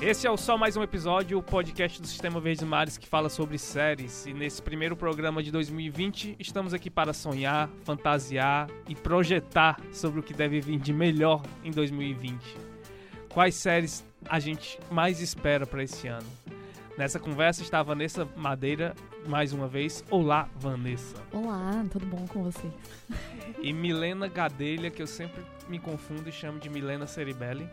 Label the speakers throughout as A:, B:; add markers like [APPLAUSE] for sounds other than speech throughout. A: Esse é o Só Mais Um Episódio, o podcast do Sistema Verdes Mares que fala sobre séries. E nesse primeiro programa de 2020, estamos aqui para sonhar, fantasiar e projetar sobre o que deve vir de melhor em 2020. Quais séries a gente mais espera para esse ano? Nessa conversa está a Vanessa Madeira, mais uma vez. Olá, Vanessa.
B: Olá, tudo bom com vocês?
A: E Milena Gadelha, que eu sempre me confundo e chamo de Milena Ceribelli.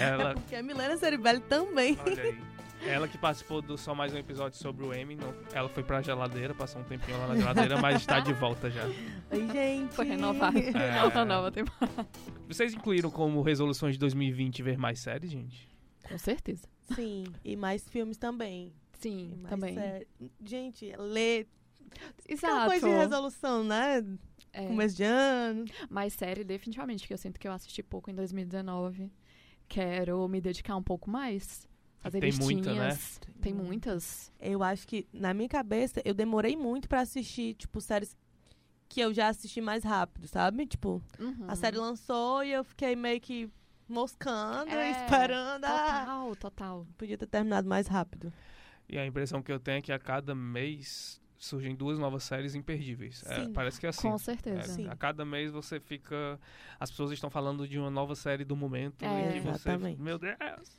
A: Ela,
C: Que a Milena Ceribelli também.
A: olha aí. Ela que participou do só mais um episódio sobre o M. não- ela foi pra geladeira, passou um tempinho lá na geladeira, mas está de volta já.
C: Oi, gente.
B: Foi renovado.
A: [LAUGHS] É.
B: Nova, nova temporada.
A: Vocês incluíram como resoluções de 2020 ver mais séries, gente?
B: Com certeza.
C: Sim, e mais filmes também. E
B: Sim,
C: É mais
B: também.
C: série. Gente, ler. Aquela
B: Exato.
C: coisa de resolução, né?
B: É,
C: Começo de ano.
B: Mas série, definitivamente, que eu sinto que eu assisti pouco em 2019. Quero me dedicar um pouco mais. Fazer
A: É Tem
B: listinhas.
A: muita, né?
B: Tem muitas.
C: Eu acho que, na minha cabeça, eu demorei muito pra assistir, tipo, séries que eu já assisti mais rápido, sabe? Tipo,
B: Uhum.
C: a série lançou e eu fiquei meio que moscando,
B: É,
C: esperando. Ah,
B: Total, total.
C: podia ter terminado mais rápido.
A: E a impressão que eu tenho é que a cada mês surgem duas novas séries imperdíveis. É,
C: Sim.
A: parece que é assim.
B: Com
A: É,
B: certeza.
C: Sim.
A: a cada mês você fica. As pessoas estão falando de uma nova série do momento.
B: É.
A: e que você,
C: Exatamente.
A: meu Deus!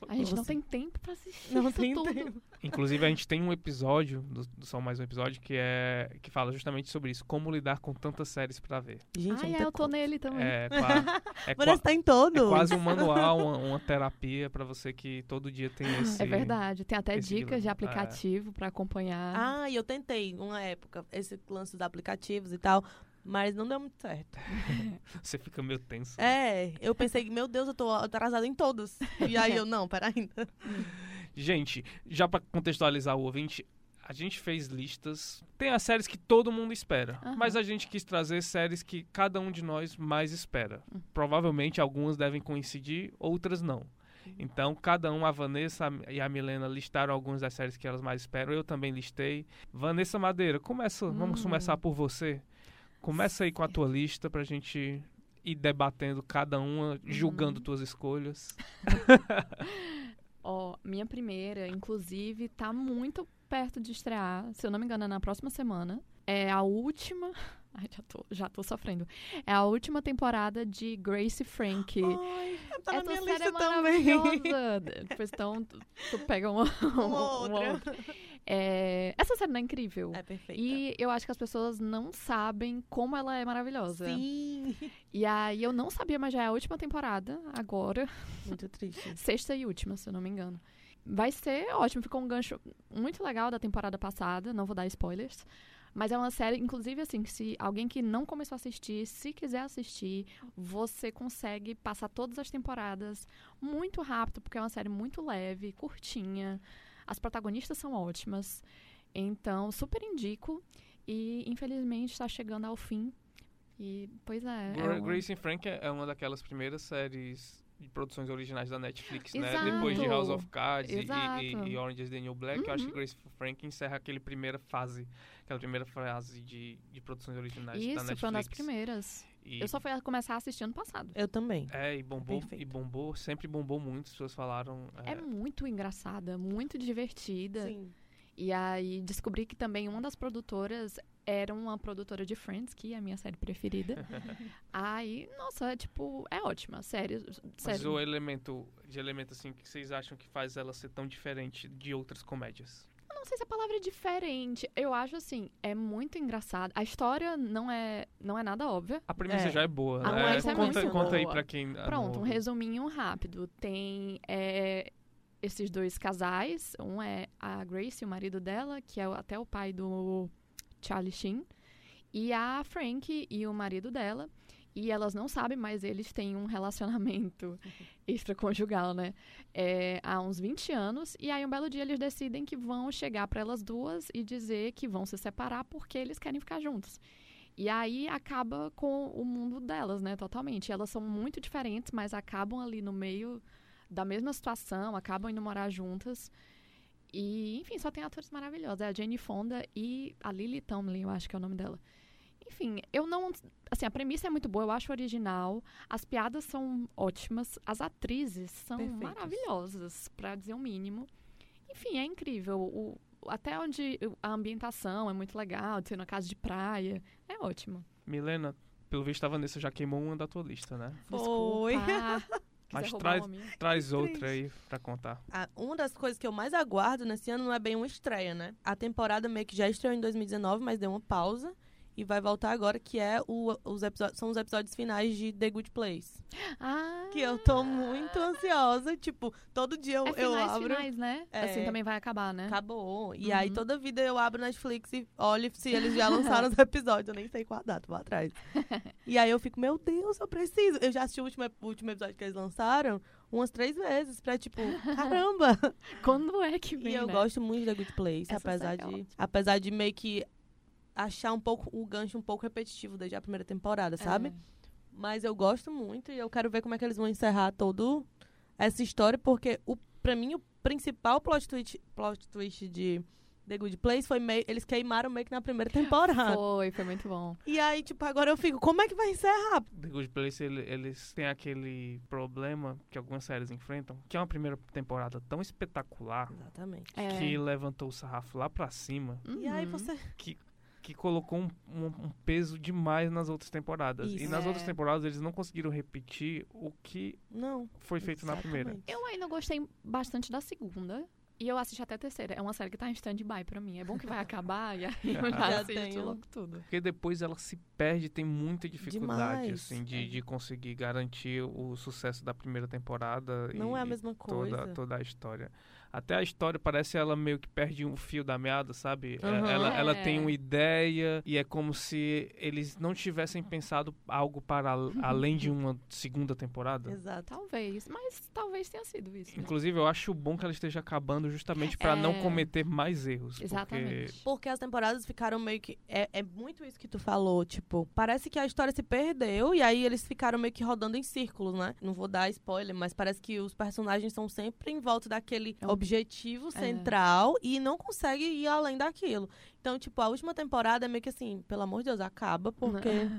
B: A gente não
C: Você-
B: tem tempo pra assistir
C: Não
B: isso
C: tem
B: tudo.
C: tempo.
A: Inclusive, a gente tem um episódio, do, do Só Mais Um Episódio, que é que fala justamente sobre isso. Como lidar com tantas séries pra ver.
C: Gente, é
B: Ai,
C: muita
B: é, eu tô
C: coisa.
B: nele também. [LAUGHS]
A: É, qua- é qua-
C: Parece que tá em todo.
A: é quase um manual, uma, uma terapia pra você que todo dia tem esse...
B: É verdade. Tem até
A: esse é.
B: dicas de
A: dilema.
B: aplicativo pra acompanhar.
C: Ah, e eu tentei uma época, esse lance dos aplicativos e tal, mas não deu muito certo.
A: Você fica meio tenso.
C: É, eu [LAUGHS] pensei, meu Deus, eu tô atrasada em [LAUGHS] todos. E aí eu, não, pera ainda.
A: Gente, já pra contextualizar o ouvinte, a gente fez listas. Tem as séries que todo mundo espera,
B: Aham.
A: mas a gente quis trazer séries que cada um de nós mais espera.
B: Hum.
A: Provavelmente algumas devem coincidir, outras não. Então, cada um, a Vanessa e a Milena listaram algumas das séries que elas mais esperam. Eu também listei. Vanessa Madeira, começa, vamos
B: Hum.
A: começar por você. Começa aí com a tua lista pra gente ir debatendo cada uma, julgando
B: Hum.
A: tuas escolhas.
B: Ó, minha primeira, inclusive, tá muito perto de estrear, se eu não me engano, é na próxima semana. É a última. [LAUGHS] Ai, já tô, já tô sofrendo. É a última temporada de Grace Frank.
C: [GASPS] Ai, tá na
B: Essa
C: minha
B: série é
C: lista [LAUGHS] também. Um
B: maravilhosa. Depois então, tu, tu pega [LAUGHS] uma, uma
C: outra.
B: outra. É, essa série não é incrível.
C: É perfeita.
B: E eu acho que as pessoas não sabem como ela é maravilhosa.
C: Sim.
B: E aí eu não sabia, mas já é a última temporada agora.
C: Muito triste.
B: Sexta e última, se eu não me engano. Vai ser ótimo, ficou um gancho muito legal da temporada passada, não vou dar spoilers. Mas é uma série, inclusive, assim, que se alguém que não começou a assistir, se quiser assistir, você consegue passar todas as temporadas muito rápido, porque é uma série muito leve, curtinha. As protagonistas são ótimas. Então, super indico. E, infelizmente, está chegando ao fim. E, pois é. é
A: Gra-
B: uma-
A: Grace and Frank é é uma daquelas primeiras séries de produções originais da Netflix,
B: Exato.
A: né? Depois de House of Cards e,
B: Exato. Uhum.
A: e, e Orange is the New Black, eu acho que Grace and Frank encerra aquela primeira fase, aquela primeira fase de, de produções originais da tá Netflix.
B: Isso, foi uma das primeiras.
A: E,
B: Eu só fui a- começar a assistir ano passado.
C: Eu também.
A: É, e bombou, e
C: Perfeito.
A: bombou, sempre bombou muito, as pessoas falaram...
B: É muito engraçada, muito divertida.
C: Sim.
B: E aí descobri que também uma das produtoras era uma produtora de Friends, que é a minha série preferida. aí, nossa, é tipo, é ótima. Sério,
A: mas
B: sério.
A: o elemento, de elemento assim, que vocês acham que faz ela ser tão diferente de outras comédias?
B: Eu não sei se a palavra é diferente. Eu acho assim, é muito engraçada. A história não é, não é nada óbvia.
A: A premissa
C: É.
A: já é boa,
B: A
A: né?
B: premissa
C: é
A: conta,
C: muito
A: conta aí
B: boa.
A: pra quem... ah,
B: Pronto,
A: não
B: um
A: ouviu.
B: resuminho rápido. Tem é, esses dois casais. Um é a Grace, o marido dela, que é o- até o pai do Charlie Sheen. E a Frank e o marido dela. E elas não sabem, mas eles têm
A: [LAUGHS]
B: um relacionamento extraconjugal, né? É, há uns 20 anos. E aí, um belo dia, eles decidem que vão chegar para elas duas e dizer que vão se separar porque eles querem ficar juntos. E aí acaba com o mundo delas, né? Totalmente. Elas são muito diferentes, mas acabam ali no meio da mesma situação, acabam indo morar juntas. E, enfim, só tem atores maravilhosos. É a Jane Fonda e a Lily Tomlin, eu acho que é o nome dela. Enfim, eu não. Assim, a premissa é muito boa, eu acho original. As piadas são ótimas. As atrizes são
C: Perfeitas.
B: maravilhosas, pra dizer o mínimo. Enfim, é incrível. O, até onde a ambientação é muito legal, ser na casa de praia. É ótimo.
A: Milena, pelo visto a Vanessa já queimou uma da tua lista, né?
C: Foi. [LAUGHS]
B: Desculpa. Quiser
A: Mas
B: roubar
A: traz-
B: uma minha.
A: Traz outra aí pra contar.
C: Ah, uma das coisas que eu mais aguardo nesse ano não é bem uma estreia, né? A temporada meio que já estreou em 2019, mas deu uma pausa. E vai voltar agora, que é o, os episódios, são os episódios finais de The Good Place.
B: Ah,
C: Que eu tô muito ansiosa. Tipo, todo dia eu,
B: é
C: eu
B: finais,
C: abro.
B: finais, né?
C: É.
B: Assim também vai acabar, né?
C: Acabou. E
B: Uhum.
C: aí toda vida eu abro Netflix e olho se
B: [LAUGHS]
C: eles já lançaram os episódios. Eu nem sei qual a data, vou atrás. E aí eu fico, meu Deus, eu preciso. Eu já assisti o último, o último episódio que eles lançaram umas três vezes pra,
B: [LAUGHS]
C: tipo, caramba.
B: Quando é que vem,
C: E eu
B: né?
C: gosto muito da Good Place,
B: Essa
C: apesar
B: série é
C: de, apesar de meio que achar um pouco o gancho um pouco repetitivo desde a primeira temporada, sabe?
B: É.
C: Mas eu gosto muito e eu quero ver como é que eles vão encerrar todo essa história, porque o para mim o principal plot twist, plot twist de The Good Place foi meio eles queimaram meio que na primeira temporada.
B: É. Foi, foi muito bom.
C: E aí, tipo, agora eu fico, como é que vai encerrar?
A: The Good Place, ele- eles têm aquele problema que algumas séries enfrentam, que é uma primeira temporada tão espetacular
C: Exatamente.
B: É.
A: que levantou o sarrafo lá pra cima,
C: E aí
B: Uhum.
C: você
A: que colocou um, um- um peso demais nas outras temporadas. E
C: Isso.
A: nas
B: É.
A: outras temporadas eles não conseguiram repetir o que
C: não.
A: foi feito na primeira.
C: Exatamente.
B: Eu ainda gostei bastante da segunda. E eu assisti até a terceira. É uma série que tá em stand-by pra mim. É bom que vai acabar e aí eu já,
C: [LAUGHS] Já
B: assisto
C: tenho.
B: logo tudo.
A: Porque depois ela se perde, tem muita dificuldade
C: Demais.
A: assim de,
B: É.
A: de conseguir garantir o sucesso da primeira temporada
C: Não
A: e,
C: é a
A: e
C: mesma coisa.
A: toda, toda a história. Até a história parece ela meio que perde um fio da meada, sabe? É-
C: Aham.
A: Ela, ela
B: É.
A: tem uma ideia e é como se eles não tivessem pensado algo para al-
B: Uhum.
A: além de uma segunda temporada.
C: Exato.
B: Talvez, mas talvez tenha sido isso. né?
A: Inclusive, eu acho bom que ela esteja acabando justamente para não
B: É.
A: cometer mais erros. porque
B: Exatamente.
C: Porque as temporadas ficaram meio que. É, é muito isso que tu falou. Tipo, parece que a história se perdeu e aí eles ficaram meio que rodando em círculos, né? Não vou dar spoiler, mas parece que os personagens estão sempre em volta daquele
B: É um-
C: objetivo central e não consegue ir além daquilo. Então, tipo, a última temporada é meio que assim, pelo amor de Deus, acaba, porque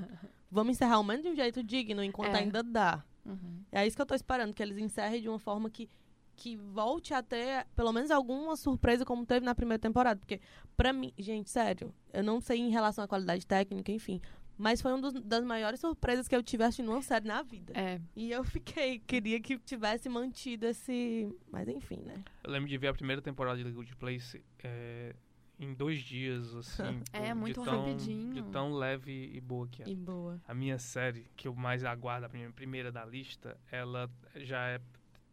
C: vamos encerrar o menos de um jeito digno enquanto
B: É.
C: ainda dá.
B: Uhum.
C: É isso que eu tô esperando, que eles encerrem de uma forma que, que volte a ter pelo menos alguma surpresa como teve na primeira temporada. Porque, pra mim, gente, sério, eu não sei em relação à qualidade técnica, enfim. Mas foi uma das maiores surpresas que eu tive assistindo uma série na vida.
B: [LAUGHS] É,
C: E eu fiquei, queria que tivesse mantido esse. Mas enfim, né?
A: Eu lembro de ver a primeira temporada de The Good Place eh, em dois dias, assim.
B: [LAUGHS] É,
A: de
B: muito
A: tão-
B: rapidinho.
A: De tão leve e boa que é.
B: e boa.
A: A minha série que eu mais aguardo, a minha primeira da lista, ela já é,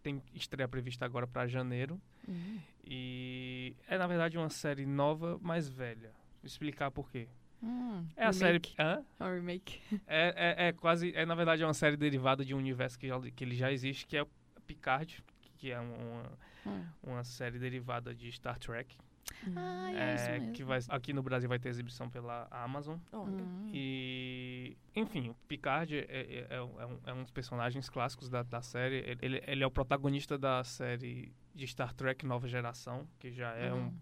A: tem estreia prevista agora para janeiro.
B: Uhum.
A: E é, na verdade, uma série nova, mas velha. Vou explicar por quê.
B: Hum,
A: É a série...
B: remake.
A: Hã?
B: É um remake.
A: É, é, é quase. É, na verdade, é uma série derivada de um universo que, já, que ele já existe, que é Picard, que é uma,
B: Hum.
A: uma série derivada de Star Trek.
B: Ah, é, isso
A: é,
B: mesmo.
A: que vai, aqui no Brasil vai ter exibição pela Amazon.
C: Olha.
B: Hum.
A: E, enfim, o Picard é, é- é um- é um, é um dos personagens clássicos da, da série. Ele- Ele, ele é o protagonista da série de Star Trek Nova Geração, que já é um-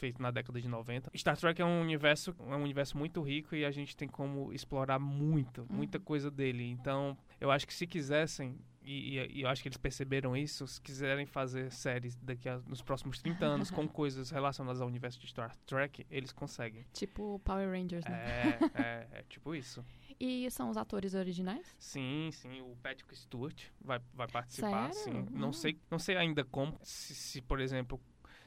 A: feito na década de 90. Star Trek é um universo, é um universo muito rico e a gente tem como explorar muito, muita coisa dele. Então, eu acho que se quisessem. E, e- e eu acho que eles perceberam isso. Se quiserem fazer séries daqui a, nos próximos 30 anos com coisas relacionadas ao universo de Star Trek, eles conseguem.
B: Tipo Power Rangers, né?
A: É, é, é tipo isso.
B: E são os atores originais?
A: Sim, sim, o Patrick Stewart vai, vai participar,
B: Sério?
A: sim. Não
B: Hum.
A: sei, não sei ainda como, se, se, por exemplo,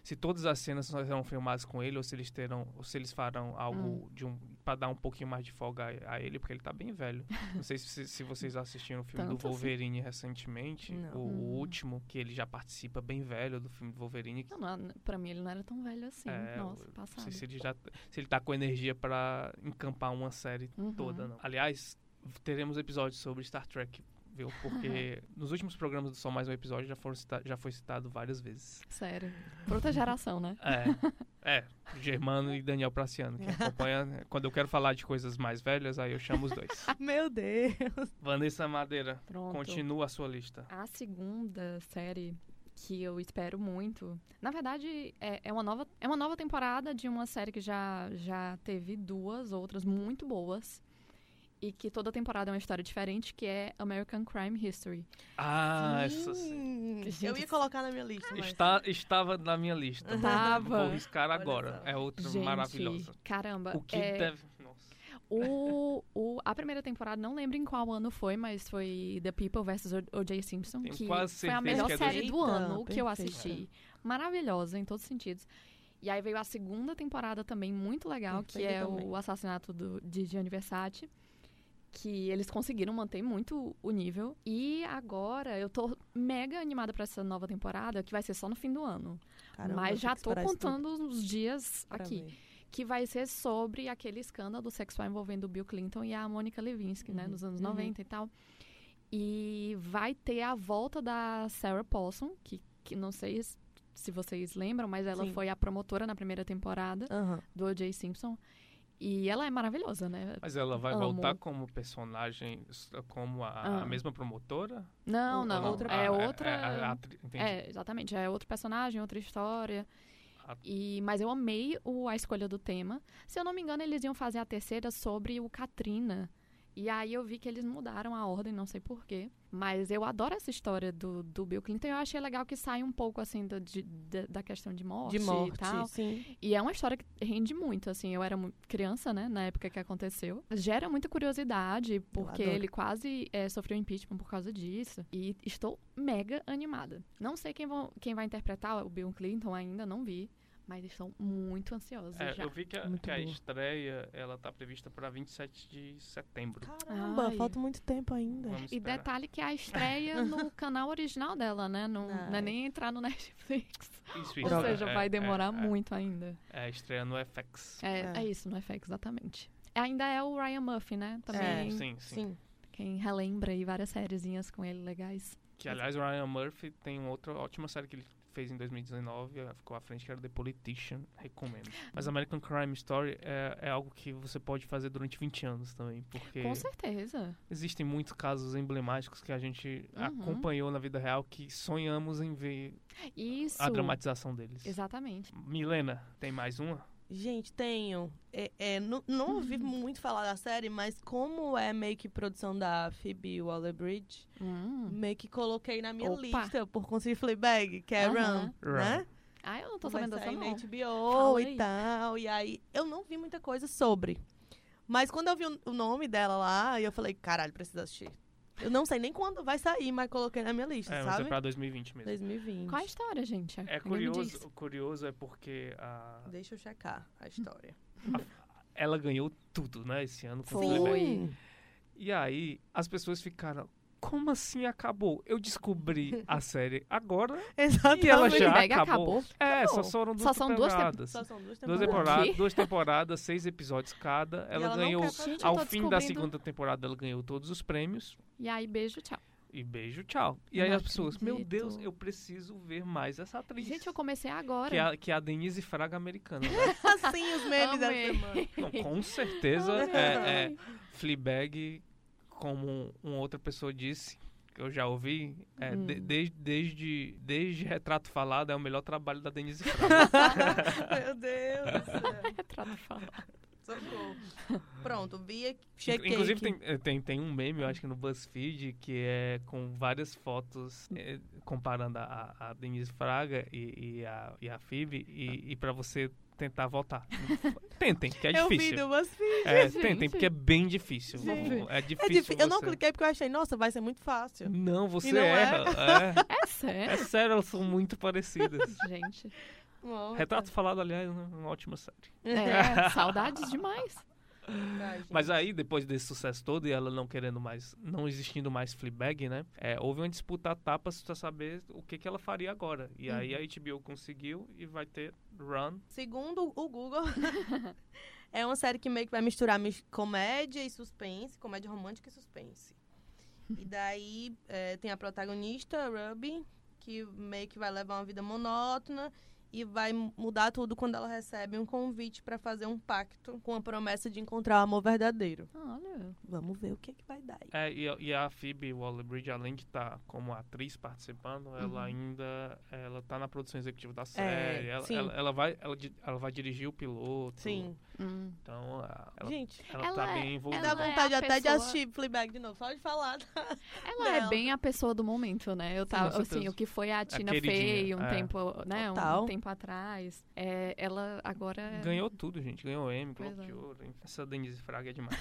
A: se todas as cenas só serão filmadas com ele ou se eles terão, ou se eles farão algo
B: Hum.
A: de um para dar um pouquinho mais de folga a, a ele, porque ele tá bem velho. Não sei se, se vocês assistiram o filme do
B: Tanto assim?
A: Wolverine recentemente,
C: Não.
A: o, o
B: Hum.
A: último, que ele já participa bem velho do filme do Wolverine.
B: Não, não, pra mim ele não era tão velho assim.
A: É,
B: Nossa,
A: eu Não
B: passado.
A: sei se ele já se ele tá com energia para encampar uma série
B: Uhum.
A: toda, não. Aliás, teremos episódios sobre Star Trek, viu? [LAUGHS] Porque nos últimos programas do Só Mais Um Episódio já, foram cita- já foi citado várias vezes.
B: Sério. Pra outra geração, né?
A: É, é. Germano e Daniel Praciano, que acompanha. né? Quando eu quero falar de coisas mais velhas, aí eu chamo os [LAUGHS] dois.
B: Ah,
C: Meu Deus!
A: Vanessa Madeira,
B: Pronto.
A: continua a sua lista.
B: A segunda série que eu espero muito. Na verdade, é, é uma, nova, é uma nova temporada de uma série que já, já teve duas outras muito boas. E que toda temporada é uma história diferente, que é American Crime History.
A: Ah, essa sim. Ah,
C: Hum,
B: Que
C: eu
B: gente-
C: ia colocar na minha lista. Mas...
A: Está, estava na minha lista. Vou
B: Uhum. Tava.
A: riscar agora.
C: só.
A: É outra
B: Gente,
A: maravilhosa.
B: caramba.
A: O que
B: é,
A: deve. Nossa.
B: o, o- a primeira temporada, não lembro em qual ano foi, mas foi The People vs. O.J. Simpson,
A: Tenho
B: que
A: quase
B: foi a
A: certeza
B: melhor
A: que é do-
B: série do
C: Eita,
B: ano que eu
C: Então, perfeito.
B: assisti. Maravilhosa em todos os sentidos. E aí veio a segunda temporada também, muito legal, que
C: Perfeita
B: é o
C: também.
B: assassinato do, de Gianni Versace. Que eles conseguiram manter muito o nível. E agora eu tô mega animada pra essa nova temporada, que vai ser só no fim do ano.
C: Caramba,
B: mas já
C: tem que
B: tô
C: esperar isso tudo
B: contando uns dias
C: pra
B: aqui
C: ver.
B: que vai ser sobre aquele escândalo sexual envolvendo o Bill Clinton e a Monica Lewinsky, né,
C: Uhum,
B: nos anos
C: uhum.
B: 90 e tal. E vai ter a volta da Sarah Paulson, que, que não sei se- se vocês lembram, mas ela
C: Sim.
B: foi a promotora na primeira temporada
C: Aham.
B: do O.J. Simpson. E ela é maravilhosa, né?
A: Mas ela vai
B: Amo.
A: voltar como personagem, como a, a
B: Ah.
A: mesma promotora?
B: Não,
C: Ou-
B: não,
C: outra-
A: Ah,
B: é outra...
A: É, a atri- entendi.
B: É, exatamente. É outro personagem, outra história.
A: Ah.
B: E, mas eu amei o, a escolha do tema. Se eu não me engano, eles iam fazer a terceira sobre o Katrina. E aí eu vi que eles mudaram a ordem, não sei porquê. Mas eu adoro essa história do, do Bill Clinton. Eu achei legal que sai um pouco, assim, da, de- da, da questão de morte,
C: De morte,
B: e tal.
C: sim.
B: E é uma história que rende muito, assim. Eu era mu- criança, né, na época que aconteceu. Gera muita curiosidade, porque
C: adoro.
B: ele quase eh, sofreu impeachment por causa disso. E estou mega animada. Não sei quem, vão, quem vai interpretar o Bill Clinton ainda, não vi. Mas estou muito ansiosa
A: É,
B: já.
A: eu vi que a,
C: Muito
A: que a
C: boa.
A: estreia ela tá prevista para 27 de setembro.
C: Caramba,
B: Ai.
C: falta muito tempo ainda.
A: Vamos
B: E
A: esperar.
B: detalhe que é a
C: [LAUGHS]
B: estreia no canal original dela, né? Não,
C: Não.
B: não é nem entrar no [LAUGHS] Netflix.
A: Isso,
B: Ou
A: isso, é,
B: seja,
A: é,
B: vai
A: é,
B: demorar
A: é.
B: muito ainda.
A: É, a estreia no FX.
B: É, é.
C: É.
B: isso, no FX, exatamente. Ainda é o Ryan Murphy, né?
C: É,
B: Também.
A: É, Sim, sim, sim.
C: Sim.
B: Quem relembra aí várias sériezinhas com ele legais.
A: Que, aliás, o Ryan Murphy tem uma outra ótima série que ele fez em 2019, eh, ficou à frente, que era The Politician, recomendo. Mas American Crime Story é, é algo que você pode fazer durante 20 anos também, porque
B: Com certeza.
A: existem muitos casos emblemáticos que a gente
B: Uhum.
A: acompanhou na vida real que sonhamos em ver
B: Isso.
A: a dramatização deles.
B: Exatamente.
A: Milena, tem mais uma?
C: Gente, tenho. É, é, nu- não ouvi
B: Hum.
C: muito falar da série, mas como é meio que produção da Phoebe Waller-Bridge,
B: Hum.
C: meio que coloquei na minha
B: Opa.
C: lista por conseguir Fleabag, que é
B: Aham.
C: Run, né?
B: Ah, eu não tô
C: Vai
B: sabendo dessa
C: sair
B: não.
C: na HBO
B: Fala
C: e
B: aí.
C: tal. E aí, eu não vi muita coisa sobre. Mas quando eu vi o- o nome dela lá, eu falei, caralho, preciso assistir. Eu não sei nem quando vai sair, mas coloquei na minha lista,
A: É, mas é
C: sabe?
A: pra 2020 mesmo.
C: 2020.
B: Qual a história, gente?
A: É
B: Ninguém me diz.
A: curioso, o curioso é porque a,
C: Deixa eu checar a história.
A: ela ganhou tudo, né, esse ano com o
B: Foi.
A: Fleabag.
C: [LAUGHS] Sim.
A: E aí as pessoas ficaram, como assim acabou? Eu descobri
B: [LAUGHS]
A: a série agora
C: Exatamente.
A: e ela
B: Então,
A: já
B: Fleabag
A: acabou.
B: acabou.
A: É, só
C: Acabou.
A: foram duas
B: Só são duas tem-
A: temporadas.
C: Só são duas
A: Duas
C: temporadas.
A: temporadas, duas temporadas, seis episódios cada.
C: E
A: Ela,
C: ela não
A: ganhou,
C: quer fazer.
B: Gente, eu
A: ao
B: tô
A: fim da
B: descobrindo.
A: segunda temporada, ela ganhou todos os prêmios.
B: E aí, beijo, tchau.
A: E beijo, tchau. E
B: Eu
A: aí
B: não
A: as pessoas, meu
B: acredito.
A: Deus, eu preciso ver mais essa atriz.
B: Gente, eu comecei agora.
A: que é, a- que é a Denise Fraga americana. né?
C: [LAUGHS] Assim os memes da
B: Amei.
A: [LAUGHS]
C: semana.
A: Não, com certeza é, é Fleabag, como uma outra pessoa disse, que eu já ouvi, é, de-
B: Hum.
A: desde, desde, desde Retrato Falado é o melhor trabalho da Denise Fraga.
C: Meu Deus. do céu.
B: Retrato falar.
C: Socorro. Pronto, vi aqui.
A: Inclu-
C: Chequei.
A: Inclusive
C: aqui.
A: tem, eh, tem, tem um meme, eu acho que no BuzzFeed, que é com várias fotos eh, comparando a, a Denise Fraga e, e a, e a Phoebe, e, e para você tentar
C: [LAUGHS]
A: voltar. Tentem, que é
C: Eu vi
A: difícil.
C: do BuzzFeed. [LAUGHS]
A: É,
B: Gente.
A: tentem, porque é bem difícil.
C: Gente.
A: É
C: É
A: difícil
C: difí- Eu não
A: você-
C: cliquei porque eu achei, nossa, vai ser muito fácil.
A: Não, você
C: não é?
A: erra. É.
B: É
A: É
B: sério,
A: sério, elas são muito
C: [LAUGHS]
A: parecidas.
B: gente.
C: Nossa.
A: Retrato Falado, aliás, é uma ótima série.
B: É, saudades demais.
C: Ai, gente.
A: Mas aí, depois desse sucesso todo e ela não querendo mais, não existindo mais Fleabag, né? É, houve uma disputa a tapas pra saber o que, que ela faria agora. E
C: Uhum.
A: aí a HBO conseguiu e vai ter Run.
C: Segundo o Google, [LAUGHS] é uma série que meio que vai misturar mis- comédia e suspense, comédia romântica e suspense. E daí é, tem a protagonista, Ruby, que meio que vai levar uma vida monótona e vai mudar tudo quando ela recebe um convite pra fazer um pacto com a promessa de encontrar o amor verdadeiro.
B: Olha.
C: Vamos ver o que, é que vai dar aí.
A: É, e, a- e a Phoebe Waller-Bridge, além de estar como atriz participando,
C: Uhum.
A: ela ainda ela tá na produção executiva da série. ela,
C: É, sim.
A: ela, ela vai, ela, di- ela vai dirigir o piloto.
C: Sim.
B: Hum.
A: Então, a- ela,
C: Gente,
A: ela, tá
B: Ela é-
A: bem envolvida.
C: dá
B: ela é a
C: vontade até de
B: pessoa-
C: assistir Fleabag de novo, só de falar.
B: Ela
C: Não.
B: é bem a pessoa do momento, né? Eu
A: com
B: tava,
A: certeza.
B: assim, o que foi a Tina
A: queridinha,
B: Fey um
A: é.
B: tempo, né?
C: Total.
B: Um tempo atrás. É, ela agora é-
A: Ganhou tudo, gente. Ganhou M,
B: Pois
A: Globo de
B: é.
A: Ouro. enfim. Essa Denise Fraga é
B: [LAUGHS]
A: demais.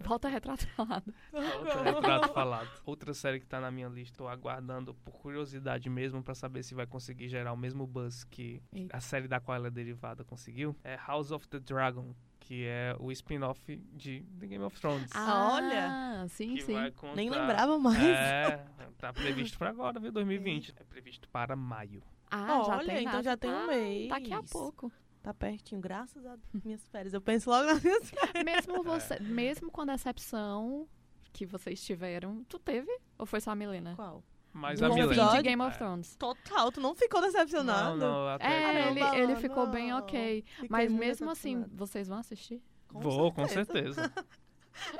B: volta retratada.
A: Outro retrato falado. Outra série que tá na minha lista, tô aguardando por curiosidade mesmo pra saber se vai conseguir gerar o mesmo buzz que
B: Eita.
A: a série da qual ela é derivada conseguiu. É House of the Dragon, que é o spin-off de The Game of Thrones.
C: Ah, olha.
B: Sim,
A: que
B: sim.
A: vai contar...
C: [LAUGHS] Nem lembrava mais.
A: É, tá previsto pra agora, viu? 2020. É previsto para maio.
B: Ah, já
C: Olha,
B: tem data.
C: então já tem um
B: Ah,
C: mês.
B: Daqui a pouco.
C: Tá pertinho, graças a minhas férias. Eu penso logo nas minhas férias. [LAUGHS]
B: Mesmo, você, mesmo com a decepção que vocês tiveram, tu teve? Ou foi só a Milena?
C: Qual?
A: Mas
B: Do
A: a
B: fim
A: Milena...
C: episódio?
B: de Game of
A: É.
B: Thrones.
C: Total, tu não ficou decepcionado?
A: Não, não, até que
B: É,
A: eu-
B: ele,
C: não,
B: ele ficou bem
C: não.
B: ok.
C: Fiquei
B: Mas
C: muito
B: mesmo assim,
C: decepcionada.
B: vocês vão assistir?
A: Vou, com certeza.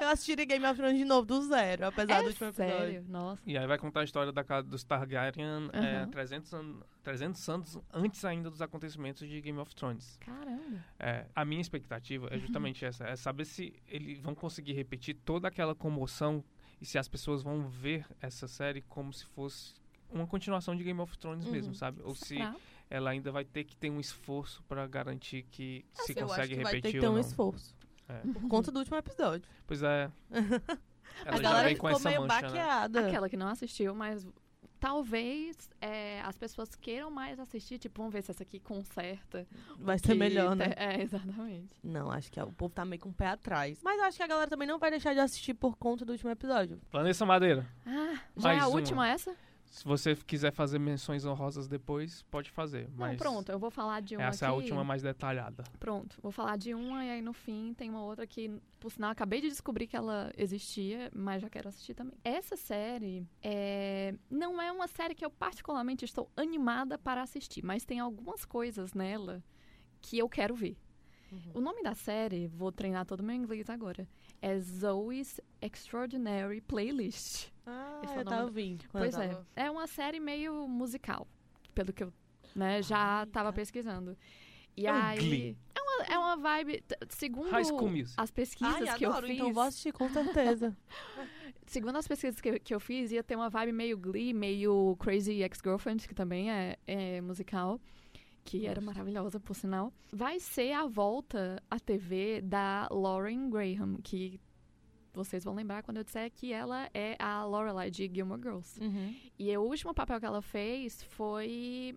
C: Eu assisti Game of Thrones de novo, do zero, apesar
B: é
C: do último episódio.
B: sério? Nossa.
A: E aí vai contar a história da casa dos Targaryen é,
B: Aham.
A: 300, an 300 anos antes ainda dos acontecimentos de Game of Thrones.
B: Caramba.
A: É, a minha expectativa
C: Uhum.
A: é justamente essa, é saber se eles vão conseguir repetir toda aquela comoção e se as pessoas vão ver essa série como se fosse uma continuação de Game of Thrones
C: Uhum.
A: mesmo, sabe? Ou se
B: Será?
A: ela ainda vai ter que ter um esforço pra garantir que se
C: Ah, Eu acho
A: consegue
C: que vai ter que
A: repetir
C: ter
A: ou
C: um
A: não.
C: esforço.
A: É.
C: Por conta do último episódio. [LAUGHS]
A: Pois é.
C: a
A: Ela já
C: galera
A: vem com
C: ficou
A: essa
C: meio
A: mancha, né?
C: baqueada.
B: Aquela que não assistiu, mas talvez é, as pessoas queiram mais assistir, tipo, vamos ver se essa aqui conserta.
C: Vai ser
B: que
C: melhor,
B: te-
C: né?
B: É, exatamente.
C: Não, acho que o povo tá meio com o pé atrás. Mas eu acho que a galera também não vai deixar de assistir por conta do último episódio.
A: Vanessa Madeira,
B: Ah, já
A: Mais
B: é a
A: uma.
B: última essa?
A: se você quiser fazer menções honrosas depois, pode fazer. Mas
B: Não,
C: um
B: pronto, eu vou falar de uma
A: Essa é a
B: aqui.
A: última mais detalhada.
B: Pronto, vou falar de uma e aí no fim tem uma outra que, por sinal, acabei de descobrir que ela existia, mas já quero assistir também. Essa série é... não é uma série que eu particularmente estou animada para assistir, mas tem algumas coisas nela que eu quero ver. O nome da série, vou treinar todo meu inglês agora, é Zoe's Extraordinary Playlist.
C: Ah,
B: Esse é o nome
C: eu tava
B: do-
C: ouvindo. quando eu
B: Pois é.
C: tava-
B: É uma série meio musical, pelo que eu né, já
C: Ai,
B: tava
C: tá.
B: pesquisando. E
A: É um
B: aí.
A: Glee.
B: É uma, é uma vibe. t-
C: Um
B: Segundo
A: High School Music.
B: as pesquisas
C: Ai,
B: que
C: adoro,
B: eu fiz.
C: então vou assistir
B: [LAUGHS]
C: com certeza.
B: Segundo as pesquisas que, eu- que eu fiz, ia ter uma vibe meio Glee, meio Crazy Ex-Girlfriend, que também é, é musical, que era maravilhosa, por sinal. Vai ser a volta à TV da Lauren Graham, que vocês vão lembrar quando eu disser que ela é a Lorelai de Gilmore Girls. E o último papel que ela fez foi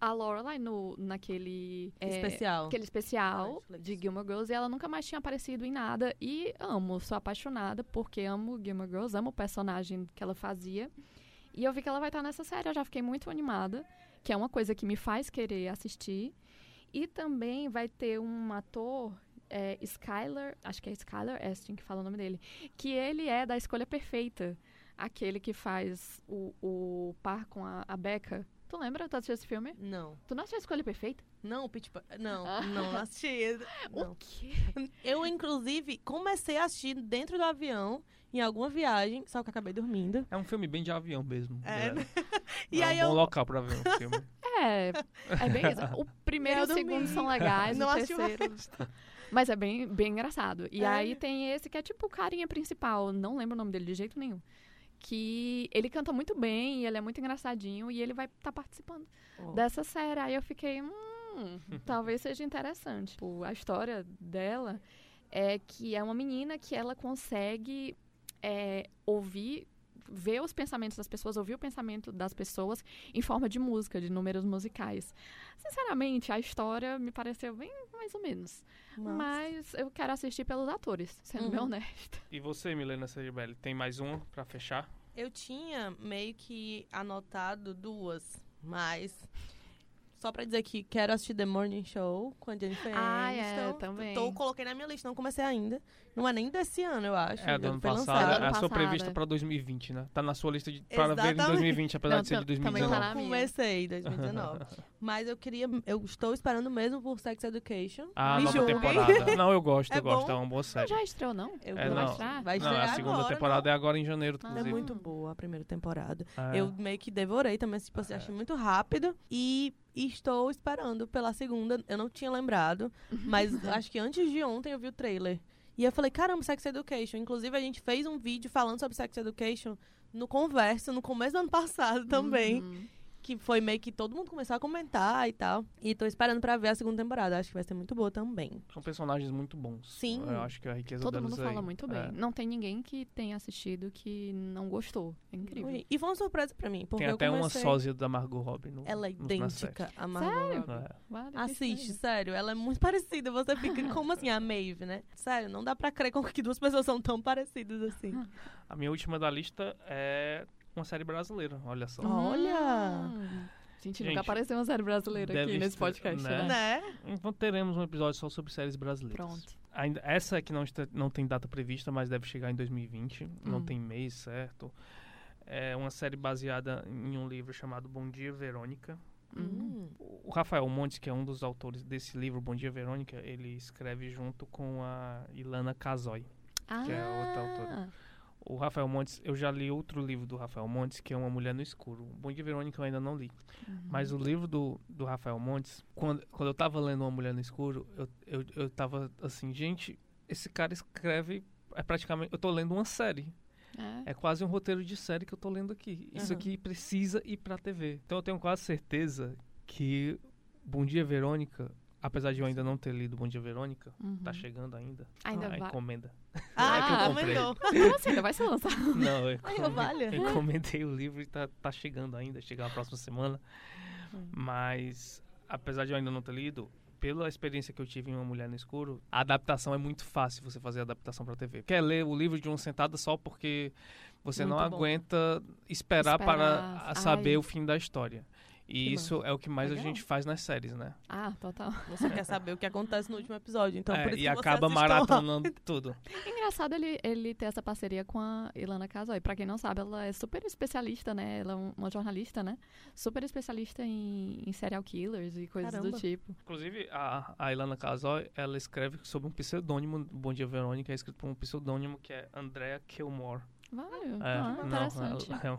B: a Lorelai no, naquele... é,
C: Especial.
B: Aquele
C: Da
B: especial
C: Netflix.
B: de Gilmore Girls e ela nunca mais tinha aparecido em nada. E amo, sou apaixonada porque amo Gilmore Girls, amo o personagem que ela fazia. E eu vi que ela vai estar nessa série, eu já fiquei muito animada, que é uma coisa que me faz querer assistir. E também vai ter um ator, é, Skyler, acho que é Skyler Astin que fala o nome dele, que ele é da Escolha Perfeita, aquele que faz o, o par com a, a Becca. Tu lembra? Tu assistiu esse filme?
C: Não.
B: Tu não assistiu a Escolha Perfeita?
C: Não, Pitch Perfect. Não,
B: Ah.
C: não não assisti.
B: [LAUGHS] O
C: Não.
B: quê?
C: Eu, inclusive, comecei a assistir dentro do avião, em alguma viagem, só que eu acabei dormindo.
A: É um filme bem de avião mesmo.
C: É,
A: galera.
C: [LAUGHS] E
A: é
C: aí
A: um bom
C: eu
A: local pra ver um filme.
B: É, é bem isso.
C: [LAUGHS]
B: O primeiro e
C: Eu
B: o segundo
C: dormi.
B: são legais,
C: Não
B: o
C: assisti o
B: terceiro. Mas é bem, bem engraçado. E
C: É.
B: aí tem esse que é tipo o carinha principal, não lembro o nome dele de jeito nenhum. Que ele canta muito bem, e ele é muito engraçadinho, e ele vai estar participando dessa série. Aí eu
A: [LAUGHS]
B: fiquei, hum, talvez seja interessante. Tipo, a história dela é que é uma menina que ela consegue é, ouvir, ver os pensamentos das pessoas, ouvir o pensamento das pessoas em forma de música, de números musicais. Sinceramente, a história me pareceu bem mais ou menos.
C: Nossa.
B: Mas eu quero assistir pelos atores, sendo
C: Uhum.
B: bem honesta.
A: E você, Milena Ceribelli, tem mais uma pra fechar?
C: Eu tinha meio que anotado duas, mas. Só pra dizer que quero assistir The Morning Show com a Jennifer
B: Ah, é,
C: Aniston.
B: também.
C: Tô, coloquei na minha lista, não comecei ainda. Não é nem desse ano, eu acho.
A: é do
C: já
A: ano
C: foi
A: passado. É
B: lançado.
A: a
B: Ano
A: sua
B: passado,
A: prevista
B: é.
A: pra 2020, né? Tá na sua lista de, pra ver em
C: Exatamente.
A: 2020, apesar
B: Não,
A: de ser de
B: tam- também tá
A: 2019.
B: na minha. [LAUGHS]
C: Comecei em 2019. Mas eu queria. Eu estou esperando mesmo por Sex Education.
A: A Ah,
C: Me
A: nova
C: julguem.
B: [LAUGHS]
A: temporada. Não, eu gosto,
C: É
A: eu gosto.
C: bom.
A: É uma boa
B: Não
A: série.
B: já estreou, não?
C: Eu
A: É, não.
C: vou- vai estrear? Vai
A: Não,
C: estrear
A: a segunda
C: agora,
A: temporada é agora em janeiro,
B: Ah.
C: É
A: inclusive.
C: muito boa a primeira temporada.
A: É.
C: Eu meio que devorei também, tipo assim, achei muito rápido. E estou esperando pela segunda. Eu não
B: [LAUGHS]
C: tinha lembrado, mas acho que antes de ontem eu vi o trailer. E eu falei, caramba, Sex Education. Inclusive, a gente fez um vídeo falando sobre Sex Education no Conversa, no começo do ano passado também.
B: Uhum.
C: Que foi meio que todo mundo começou a comentar e tal. E tô esperando pra ver a segunda temporada. Acho que vai ser muito boa também.
A: São personagens muito bons.
C: Sim.
A: Eu acho que a riqueza
B: Todo
A: deles
B: mundo
A: aí.
B: fala muito bem.
A: É.
B: Não tem ninguém que tenha assistido que não gostou. É incrível.
C: Ui, E foi uma surpresa pra mim, porque
A: Tem até
C: eu
A: uma
C: comecei...
A: sósia da Margot Robbie. No,
C: Ela é
A: no- na série.
C: idêntica a Margot
B: Sério?
C: Robbie.
A: É.
B: Vale que
C: Assiste,
B: estranho.
C: sério, ela é muito [LAUGHS] parecida. Você fica
B: [LAUGHS]
C: como assim, a Maeve, né? Sério, não dá pra crer como que duas pessoas são tão parecidas assim.
A: A minha última da lista é uma série brasileira, olha só.
C: Olha!
B: Hum. Gente,
A: Gente,
B: nunca apareceu uma série brasileira
A: deve
B: aqui nesse
A: estar-
B: podcast,
A: né?
B: né?
C: Né?
A: Então teremos um episódio só sobre séries brasileiras.
B: Pronto.
A: Ainda, essa é que não, está- não tem data prevista, mas deve chegar em 2020. Não
B: Hum.
A: tem mês certo. É uma série baseada em um livro chamado Bom Dia, Verônica.
B: Uhum.
C: Hum.
A: O Rafael Montes, que é um dos autores desse livro, Bom Dia, Verônica, ele escreve junto com a Ilana Casoy.
B: Ah,
A: Que é outra autora. O Rafael Montes, eu já li outro livro do Rafael Montes, que é Uma Mulher no Escuro. Bom Dia, Verônica eu ainda não li.
B: Uhum.
A: Mas o livro do, do Rafael Montes, quando, quando eu tava lendo Uma Mulher no Escuro, eu, eu, eu tava assim, gente, esse cara escreve. É praticamente. Eu tô lendo uma série.
B: É.
A: É quase um roteiro de série que eu tô lendo aqui. Isso
C: Aham.
A: aqui precisa ir pra TV. Então eu tenho quase certeza que Bom Dia Verônica, apesar de eu ainda não ter lido Bom Dia Verônica,
B: Uhum.
A: tá chegando ainda.
B: Ainda
A: a
B: vai.
A: encomenda. [LAUGHS]
B: que eu
C: Ah,
A: é comprei. [LAUGHS]
C: recomendou.
B: [LAUGHS] Como assim? Ainda vai ser lançado. [LAUGHS]
A: Não, eu
C: Ai, eu
A: encomendei,
C: valho.
A: encomendei o livro e tá, tá chegando ainda, chegar na próxima semana.
C: Hum.
A: Mas, apesar de eu ainda não ter lido, pela experiência que eu tive em Uma Mulher no Escuro, a adaptação é muito fácil você fazer a adaptação pra TV. Quer ler o livro de uma sentada só porque você não
C: Muito bom.
A: aguenta esperar,
B: Esperar.
A: para a-
B: Ai.
A: saber o fim da história. E
C: Que
A: isso é o que mais a
C: Legal.
A: gente faz nas séries, né?
B: Ah, total.
C: Você quer saber o que acontece no último episódio, então
A: É,
C: por
A: e
C: isso que
A: acaba
C: você assistam lá.
A: maratonando tudo.
B: Engraçado ele, ele ter essa parceria com a Ilana Casoy. Pra quem não sabe, ela é super especialista, né? Ela é um- uma jornalista, né? Super especialista em, em serial killers e coisas
C: Caramba.
B: do tipo.
A: Inclusive, a, a Ilana Casoy, ela escreve sob um pseudônimo, Bom Dia Verônica, é escrito por um pseudônimo que é Andrea Kilmore.
B: Vale,
A: É,
B: ah,
A: não,
B: interessante.
A: é- é um-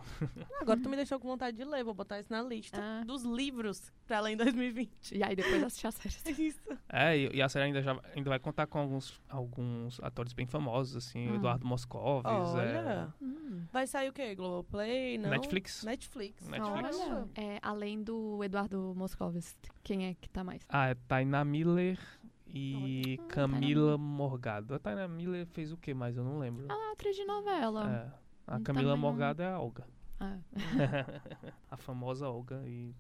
C: Agora tu me deixou com vontade de ler, vou botar isso na lista
B: Ah.
C: dos livros pra ler
B: [LAUGHS]
C: em 2020.
B: E aí depois assistir a série. assim.
C: Isso.
A: É, e, e a série ainda, já, ainda vai contar com alguns, alguns atores bem famosos, assim,
B: Hum.
A: Eduardo Moscovis, é,
C: Olha.
B: Hum.
C: Vai sair o quê? Globoplay? Não?
A: Netflix.
B: Né?
C: Netflix.
A: Netflix.
C: Olha.
B: É, além do Eduardo Moscovis, quem é que tá mais?
A: Ah, é Tainá Miller e
B: Olha. Ah,
A: Camila Morgado. A Tainá Miller fez o que mais? Eu não lembro.
B: Ah, atriz de novela.
A: É, a
B: Então,
A: Camila
B: mas não-
A: Morgado é a Olga. [LAUGHS]
B: Ah,
A: a famosa Olga e,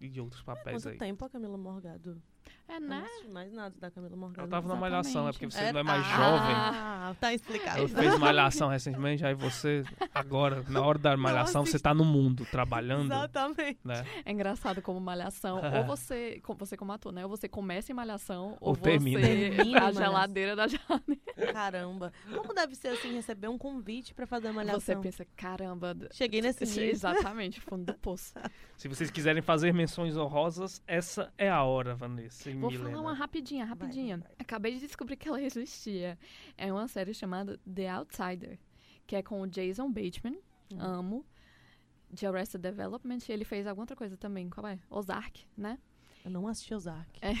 A: e de outros papéis
C: Quanto
A: aí.
C: tempo a Camila Morgado?
B: É,
C: Eu
B: né?
C: Não assisti mais nada da Camila Morgado.
A: Ela tava na malhação, é porque você
C: É-
A: não é mais
C: ah,
A: jovem.
C: Ah, tá explicado.
A: Ela fez malhação recentemente, aí você, agora, na hora da malhação, você
C: assisti.
A: tá no mundo, trabalhando,
C: Exatamente.
A: né?
B: É engraçado
A: [LAUGHS]
B: como malhação.
A: É.
B: Ou você, com- você como ator, né? Ou você começa em malhação, ou,
A: Ou termina.
B: você
C: Termina em
B: a
C: Malhação.
B: geladeira da [LAUGHS] janela.
C: Caramba. Como deve ser assim receber um convite pra fazer
B: Você
C: malhação?
B: pensa, caramba.
C: Cheguei nesse
B: esse-
C: nível.
B: Exatamente, fundo do poço.
A: Se vocês quiserem fazer menções honrosas, essa é a hora, Vanessa e
B: Vou
A: Milena.
B: falar uma rapidinha, rapidinha.
C: vai, vai.
B: Acabei de descobrir que ela [LAUGHS] existia. É uma série chamada The Outsider, que é com o Jason Bateman,
C: Uhum.
B: amo, de Arrested Development. e Ele fez alguma outra coisa também, qual é? Ozark, né? [LAUGHS]
C: Eu não assisti Ozark.
B: É,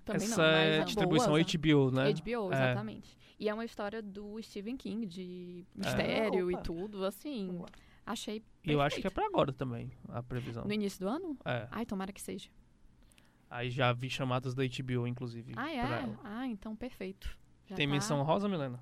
B: também
A: essa
B: não, mas
A: é
B: é
A: a distribuição
B: boa,
A: HBO, né?
B: HBO,
A: É.
B: exatamente. E é uma história do Stephen King, de mistério e
C: É. Opa.
B: tudo, assim.
C: Boa.
B: Achei
A: E eu acho que é
B: perfeito.
A: pra agora também, a previsão.
B: No início do ano?
A: É.
B: Ai, tomara que seja.
A: Aí já vi chamadas da HBO, inclusive.
B: Ah, é?
A: pra ela.
B: Ah, então perfeito. Já
A: Tem
B: tá-
A: menção rosa, Milena?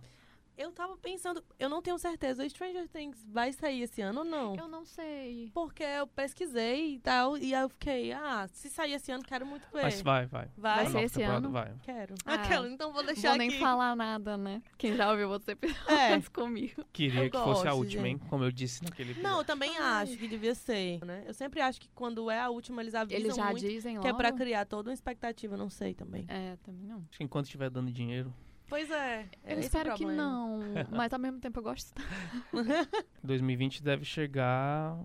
C: Eu tava pensando, eu não tenho certeza, Stranger Things vai sair esse ano ou não?
B: Eu não sei.
C: Porque eu pesquisei e tal, e aí eu fiquei, ah, se sair esse ano, quero muito ver.
A: Mas vai, vai.
C: Vai?
A: A
B: ser
A: nova
B: esse
A: temporada
B: ano?
A: Vai.
C: Quero.
B: Ah.
C: Aquela, então vou
B: Não
C: deixar
B: vou nem
C: aqui.
B: falar nada, né? Quem já ouviu você
C: É.
B: pensa comigo.
A: Queria
C: Eu
A: que fosse a
C: gosto,
A: última, hein? Como eu disse naquele
C: [LAUGHS] Não, eu
A: episódio.
C: também
B: Ai.
C: acho que devia ser, né? Eu sempre acho que quando é a última, eles avisam
B: Eles já
C: muito,
B: dizem
C: que é
B: logo.
C: pra criar toda uma expectativa, não sei também.
B: É, também não.
A: Acho que enquanto estiver dando dinheiro.
C: Pois é.
B: Eu espero que
C: [LAUGHS]
B: não, mas ao mesmo tempo eu gosto.
A: 2020 deve chegar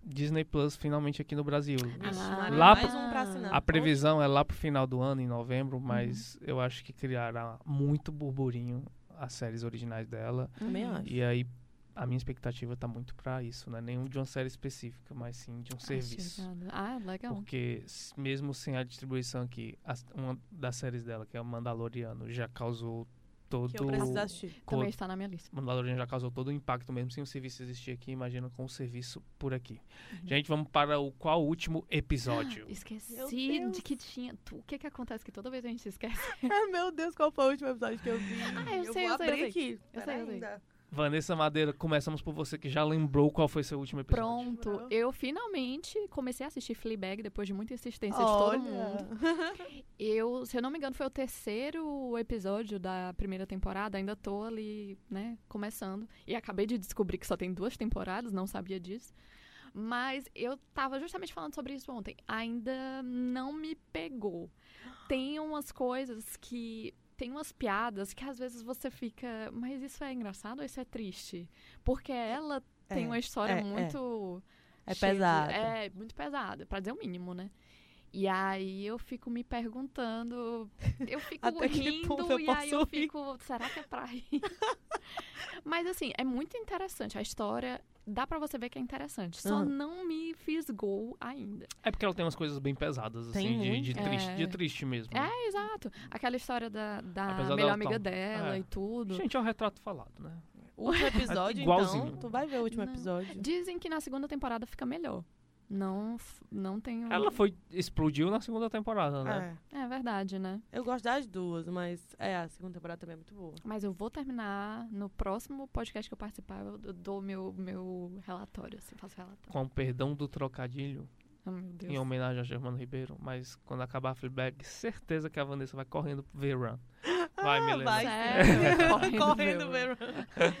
A: Disney Plus finalmente aqui no Brasil.
C: Vixe,
B: Ah.
C: Maria,
A: Lá
C: mais
B: pro-
C: um pra assinar.
B: tá
A: A previsão é lá pro final do ano, em novembro, mas eu acho que criará muito burburinho as séries originais dela.
C: Também
B: Hum,
C: acho.
A: E aí a minha expectativa tá muito pra isso, né? Nenhum de uma série específica, mas sim de um serviço.
B: Ah, legal.
A: Porque s- mesmo sem a distribuição aqui, as- uma das séries dela, que é o Mandaloriano, já causou todo
C: Que eu preciso assistir.
A: co-
B: Também está na minha lista.
A: Mandalorian já causou todo o impacto mesmo sem o serviço existir aqui, imagina com o serviço por aqui.
B: Uhum.
A: Gente, vamos para o qual último episódio?
B: Ah, Esqueci de que tinha. tu- O que que acontece que toda vez a gente se esquece?
C: [LAUGHS] Ah, meu Deus, qual foi o último episódio que eu vi?
B: Ah, eu sei,
C: vou
B: eu sei, eu
C: abrir
B: sei.
C: aqui.
B: Eu
C: Pera
B: sei, eu sei.
C: ainda.
A: Vanessa Madeira, começamos por você que já lembrou qual foi seu último episódio.
B: Pronto,
C: Jurou?
B: eu finalmente comecei a assistir Fleabag depois de muita insistência de todo mundo.
C: [LAUGHS]
B: Eu, se eu não me engano, foi o terceiro episódio da primeira temporada, ainda tô ali, né, começando. E acabei de descobrir que só tem duas temporadas, não sabia disso. Mas eu tava justamente falando sobre isso ontem. Ainda não me pegou. Tem umas coisas que. Tem umas piadas que às vezes você fica. Mas isso é engraçado ou isso é triste? Porque ela tem
C: É,
B: uma história
C: é, é.
B: muito.
C: É
B: cheio de-
C: pesado.
B: É, muito pesado, pra dizer o mínimo, né? E aí eu fico me perguntando, eu
C: [LAUGHS]
B: fico
C: Até que
B: rindo
C: ponto eu
B: e aí eu
C: posso rir?
B: fico, será que é pra rir? [LAUGHS] Mas assim, é muito interessante a história, dá pra você ver que é interessante, só
C: Aham.
B: não me fisgou ainda.
A: É porque ela tem umas coisas bem pesadas,
C: Tem
A: assim, de, de
B: muito.
A: triste,
B: É.
A: de triste mesmo. né?
B: É, exato. Aquela história da, da
A: Apesar
B: melhor
A: dela
B: amiga
A: tá-
B: dela
A: é.
B: e tudo.
A: Gente, é o retrato falado, né?
C: O
B: [LAUGHS]
C: último episódio,
A: Igualzinho.
C: então. Tu vai ver o último
B: um Não.
C: episódio.
B: Dizem que na segunda temporada fica melhor. Não, f- não tenho...
A: Ela foi explodiu na segunda temporada, né?
C: É.
B: É verdade, né?
C: Eu gosto das duas, mas é, a segunda temporada também é muito boa.
B: Mas eu vou terminar no próximo podcast que eu participar, eu d- dou meu, meu relatório, assim, faço relatório.
A: Com o perdão do trocadilho,
B: Oh, meu Deus.
A: em um- homenagem a Germano Ribeiro, mas quando acabar a Fleabag, certeza que a Vanessa vai correndo ver
B: [GASPS]
A: Run. Vai,
B: Ah,
A: Milena.
C: vai.
B: Sério? [LAUGHS] Correndo
C: Correndo
B: mesmo.
C: mesmo.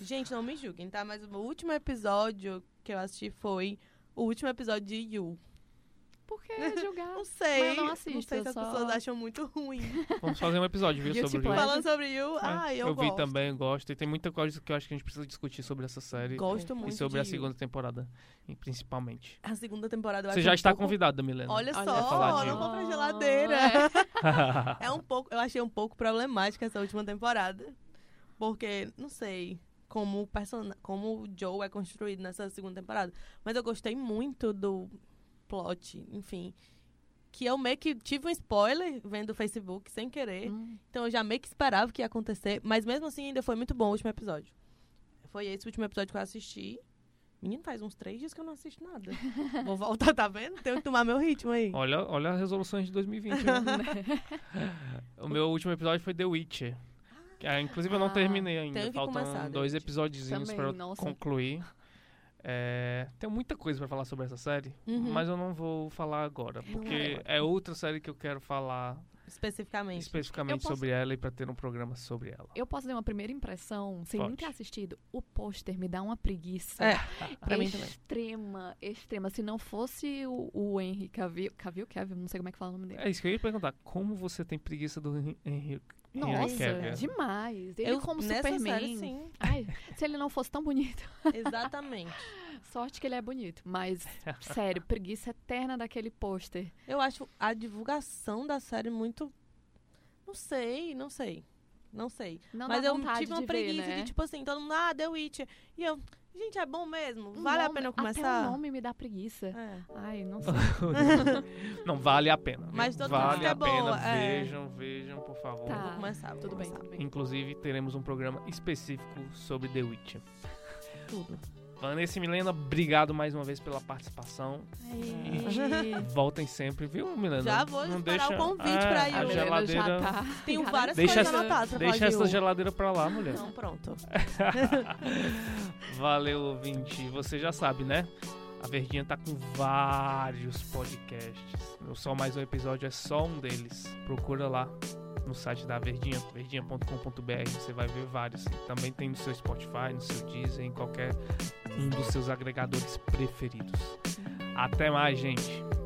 C: Gente, não me julguem, tá? Mas o último episódio que eu assisti foi o último episódio de You.
B: [LAUGHS] Por que
C: [LAUGHS]
B: julgar?
C: Não sei.
B: Mas eu não assisto,
C: sei se
B: eu
C: as
B: só-
C: pessoas acham muito
B: [LAUGHS]
C: ruim.
A: Vamos fazer um episódio, viu,
B: Guilty
A: sobre o
B: pleasure.
A: Joe.
C: Falando sobre
B: É.
C: You, ah, eu,
A: vi
C: gosto.
A: também, É, eu gosto. E tem muita coisa que eu acho que a gente precisa discutir sobre essa série.
C: Gosto muito
A: e sobre
C: de
A: a
C: You.
A: segunda temporada, e principalmente.
C: A segunda temporada eu
A: Você
C: acho
A: já
C: um
A: está É
C: pouco...
A: convidada, Milena.
C: Olha
B: Olha Ah.
A: só.
C: só, não compra geladeira. É um pouco, eu achei um pouco problemática essa última temporada. Porque, não sei como o, persona, como o Joe é construído nessa segunda temporada. Mas eu gostei muito do plot, enfim. Que eu meio que tive um spoiler vendo o Facebook sem [LAUGHS] querer.
B: Hum,
C: Então eu já meio que esperava que ia acontecer. Mas mesmo assim, ainda foi muito bom o último episódio. Foi esse o último episódio que eu assisti. Menino, faz uns três dias que eu não assisto nada. Vou voltar, tá vendo? Tenho que tomar meu ritmo aí.
A: Olha, olha as resoluções de 2020.
C: [LAUGHS]
A: viu? né? o meu último episódio foi The Witcher. Que, ah, inclusive, eu não
B: Ah,
A: terminei ainda.
C: tenho que
A: Faltam
C: começar né? The
A: dois
C: Witcher.
A: episódiozinhos
B: Também,
A: pra eu
B: nossa.
A: concluir. É, tem muita coisa pra falar sobre essa série,
C: Uhum.
A: mas eu não vou falar agora, porque é outra série que eu quero falar
C: Especificamente.
A: especificamente
B: Eu posso-
A: sobre ela e pra ter um programa sobre ela.
B: eu posso dar uma primeira impressão, sem nem
A: Pode.
B: ter assistido. O pôster me dá uma preguiça.
A: [LAUGHS]
C: É, pra mim também.
B: extrema, extrema. Se não fosse o, o Henry Cavill, Cavill, Cavill, não sei como é que fala o nome dele.
A: É isso que eu ia perguntar. Como você tem preguiça do Henry- Henry Henry
B: Nossa,
C: [LAUGHS]
A: Cavill?
B: demais. Ele como
C: nessa
B: Superman.
C: série,
B: [LAUGHS]
C: sim.
B: Ai, se ele não fosse tão bonito.
C: Exatamente.
B: Sorte que ele é bonito, mas,
A: [LAUGHS]
B: sério, preguiça eterna daquele pôster.
C: Eu acho a divulgação da série muito. Não sei, não sei. Não sei.
B: Não
C: Mas
B: dá
C: eu
B: vontade
C: tive uma
B: de
C: preguiça
B: ver, né?
C: de, tipo assim, todo mundo, ah, The Witcher. E eu, gente, é bom mesmo?
B: O
C: Vale a
B: nome-
C: pena eu
B: Um Até
C: começar?
B: o nome me dá preguiça.
C: É.
B: Ai, não sei.
A: [LAUGHS] Não vale a pena. viu?
C: Mas todo
A: vale
C: mundo é
A: a
C: bom,
A: pena.
C: é.
A: Vejam, vejam, por favor.
B: Tá.
C: Vou começar, vou
B: Tudo bem,
C: começar.
B: tudo bem.
A: Inclusive, teremos um programa específico sobre The Witcher.
C: Tudo.
A: Vanessa e Milena, obrigado mais uma vez pela participação.
B: Ai.
A: Voltem sempre, viu, Milena?
C: É. Já vou
A: Não
C: esperar
A: deixa... É,
C: o convite pra ir.
A: A
C: Milena, já
A: geladeira...
B: tá.
C: Tenho
B: Cara,
C: várias
A: Deixa
C: coisas
A: essa-
C: anotadas pra
A: Deixa
C: falar tá de
A: essa
C: U.
A: geladeira pra lá, mulher.
C: Então, pronto.
A: [LAUGHS] Valeu, ouvinte. Você já sabe, né? A Verdinha tá com vários podcasts. O Só Mais Um Episódio é só um deles. Procura lá no site da Verdinha, verdinha.com.br. Você vai ver vários. Também tem no seu Spotify, no seu Deezer, em qualquer um dos seus agregadores preferidos. Até mais, gente.